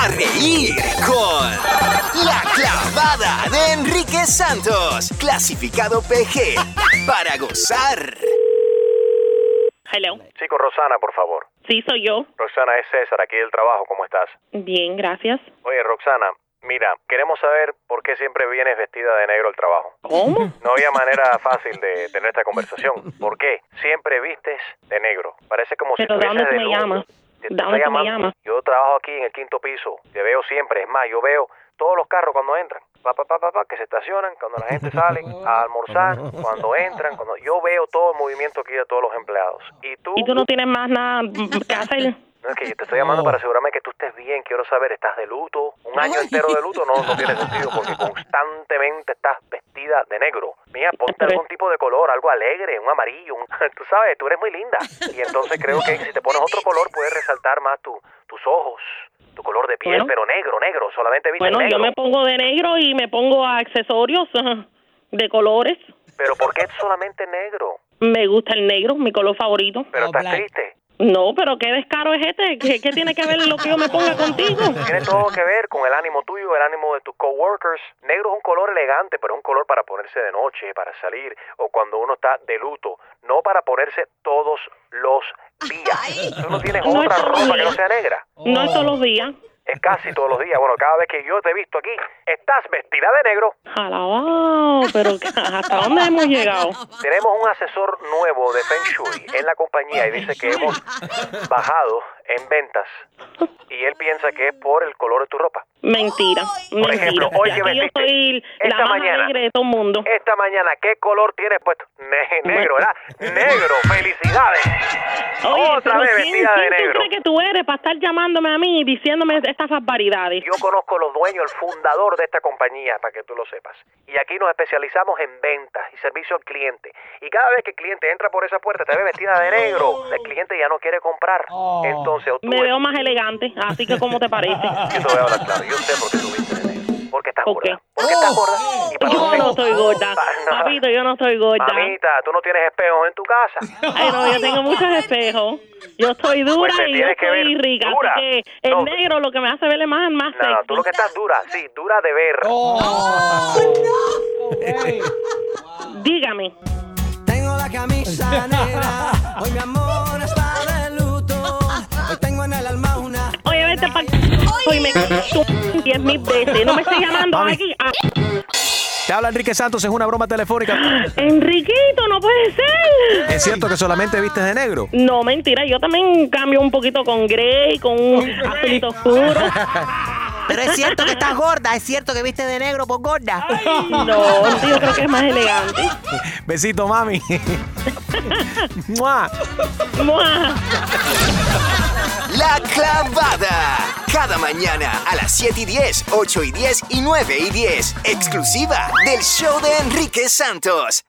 a reír con la clavada de Enrique Santos, clasificado PG, para gozar. Hello. Sí, con Rosana, por favor. Sí, soy yo. Roxana, es César, aquí del trabajo, ¿cómo estás? Bien, gracias. Oye, Roxana, mira, queremos saber por qué siempre vienes vestida de negro al trabajo. ¿Cómo? No había manera fácil de tener esta conversación. ¿Por qué? Siempre vistes de negro. Parece como si Pero ¿de dónde tú me estuvieses de luto. llamas? Te- te ¿De estoy dónde tú me llamando. llamas? Yo trabajo aquí en el quinto piso. Te veo siempre, es más, yo veo todos los carros cuando entran. Pa, pa, pa, pa, pa, que se estacionan, cuando la gente sale a almorzar, cuando entran, cuando yo veo todo el movimiento aquí de todos los empleados. Y tú, ¿Y tú no tienes más nada mm, que hacer? No, es que yo te estoy llamando para Oh. asegurarme que tú estés bien. Quiero saber, ¿estás de luto? Un año entero de luto no, no tiene sentido porque constantemente estás vestida de negro. Mija, ponte Pero- algún tipo de color, algo alegre, un amarillo. un- Tú sabes, tú eres muy linda. Y entonces creo que si te pones otro color puedes resaltar más tu, tus ojos, tu color de piel, Bueno. pero negro, negro. Solamente viste Bueno, yo negro. me pongo de negro y me pongo accesorios ajá, de colores. Pero ¿por qué solamente negro? Me gusta el negro, mi color favorito. Pero estás triste. No, pero qué descaro es este. ¿Qué, qué tiene que ver lo que yo me ponga contigo? Tiene todo que ver con el ánimo tuyo, el ánimo de tus coworkers. Negro es un color elegante, pero es un color para ponerse de noche, para salir o cuando uno está de luto, no para ponerse todos los días. Tú no tienes No otra es todo ropa que bien. no sea negra. No es todos los días. Es casi todos los días. Bueno, cada vez que yo te he visto aquí, estás vestida de negro. Alabado, pero ¿hasta dónde hemos llegado? Tenemos un asesor nuevo de Feng Shui en la compañía y dice que hemos bajado en ventas. Y él piensa que es por el color de tu ropa. Mentira, Por ejemplo, mentira. hoy que Aquí yo vestiste soy la esta más mañana. alegre de todo el mundo. Esta mañana, ¿qué color tienes puesto? Ne- negro, ¿verdad? Negro, felicidades. Otra pero vez ¿quién- vestida de quién tú negro. crees que tú eres para estar llamándome a mí y diciéndome estas barbaridades? Yo conozco los dueños, el fundador de esta compañía, para que tú lo sepas. Y aquí nos especializamos en ventas y servicio al cliente. Y cada vez que el cliente entra por esa puerta, te ve vestida de negro. El cliente ya no quiere comprar. Entonces, o tú Oh. Me ves- veo más elegante, así que ¿cómo te parece? Yo te voy a hablar claro. Yo sé por qué tú viste de negro. Porque estás ¿Por qué? gorda. Porque estás gorda. Y para Oh. Yo tú- no estoy gorda, Pa- no. papito, yo no estoy gorda. Mamita, tú no tienes espejos en tu Ay, casa. no, yo tengo muchos espejos. Yo estoy dura Pues te y yo tienes que estoy ver rica, dura. así que el No. negro lo que me hace verle más, más No, no, sexy. tú lo que estás dura, sí, dura de ver. Oh. Dígame, Tengo la camisa negra, hoy mi amor está de luto. Hoy tengo en el alma una. oye, vete para... Oye, me... Diez mil veces, no me estoy llamando aquí. Ah, Te habla Enrique Santos, es una broma telefónica. Enriquito, no puede ser. Es cierto que solamente vistes de negro. No, mentira, yo también cambio un poquito con Grey, con un azulito oscuro. Pero es cierto que estás gorda, es cierto que viste de negro por gorda. No, sí, yo creo que es más elegante. Besito, mami. ¡Mua! ¡Mua! La clavada. Cada mañana a las 7 y 10, 8 y 10 y 9 y 10. Exclusiva del show de Enrique Santos.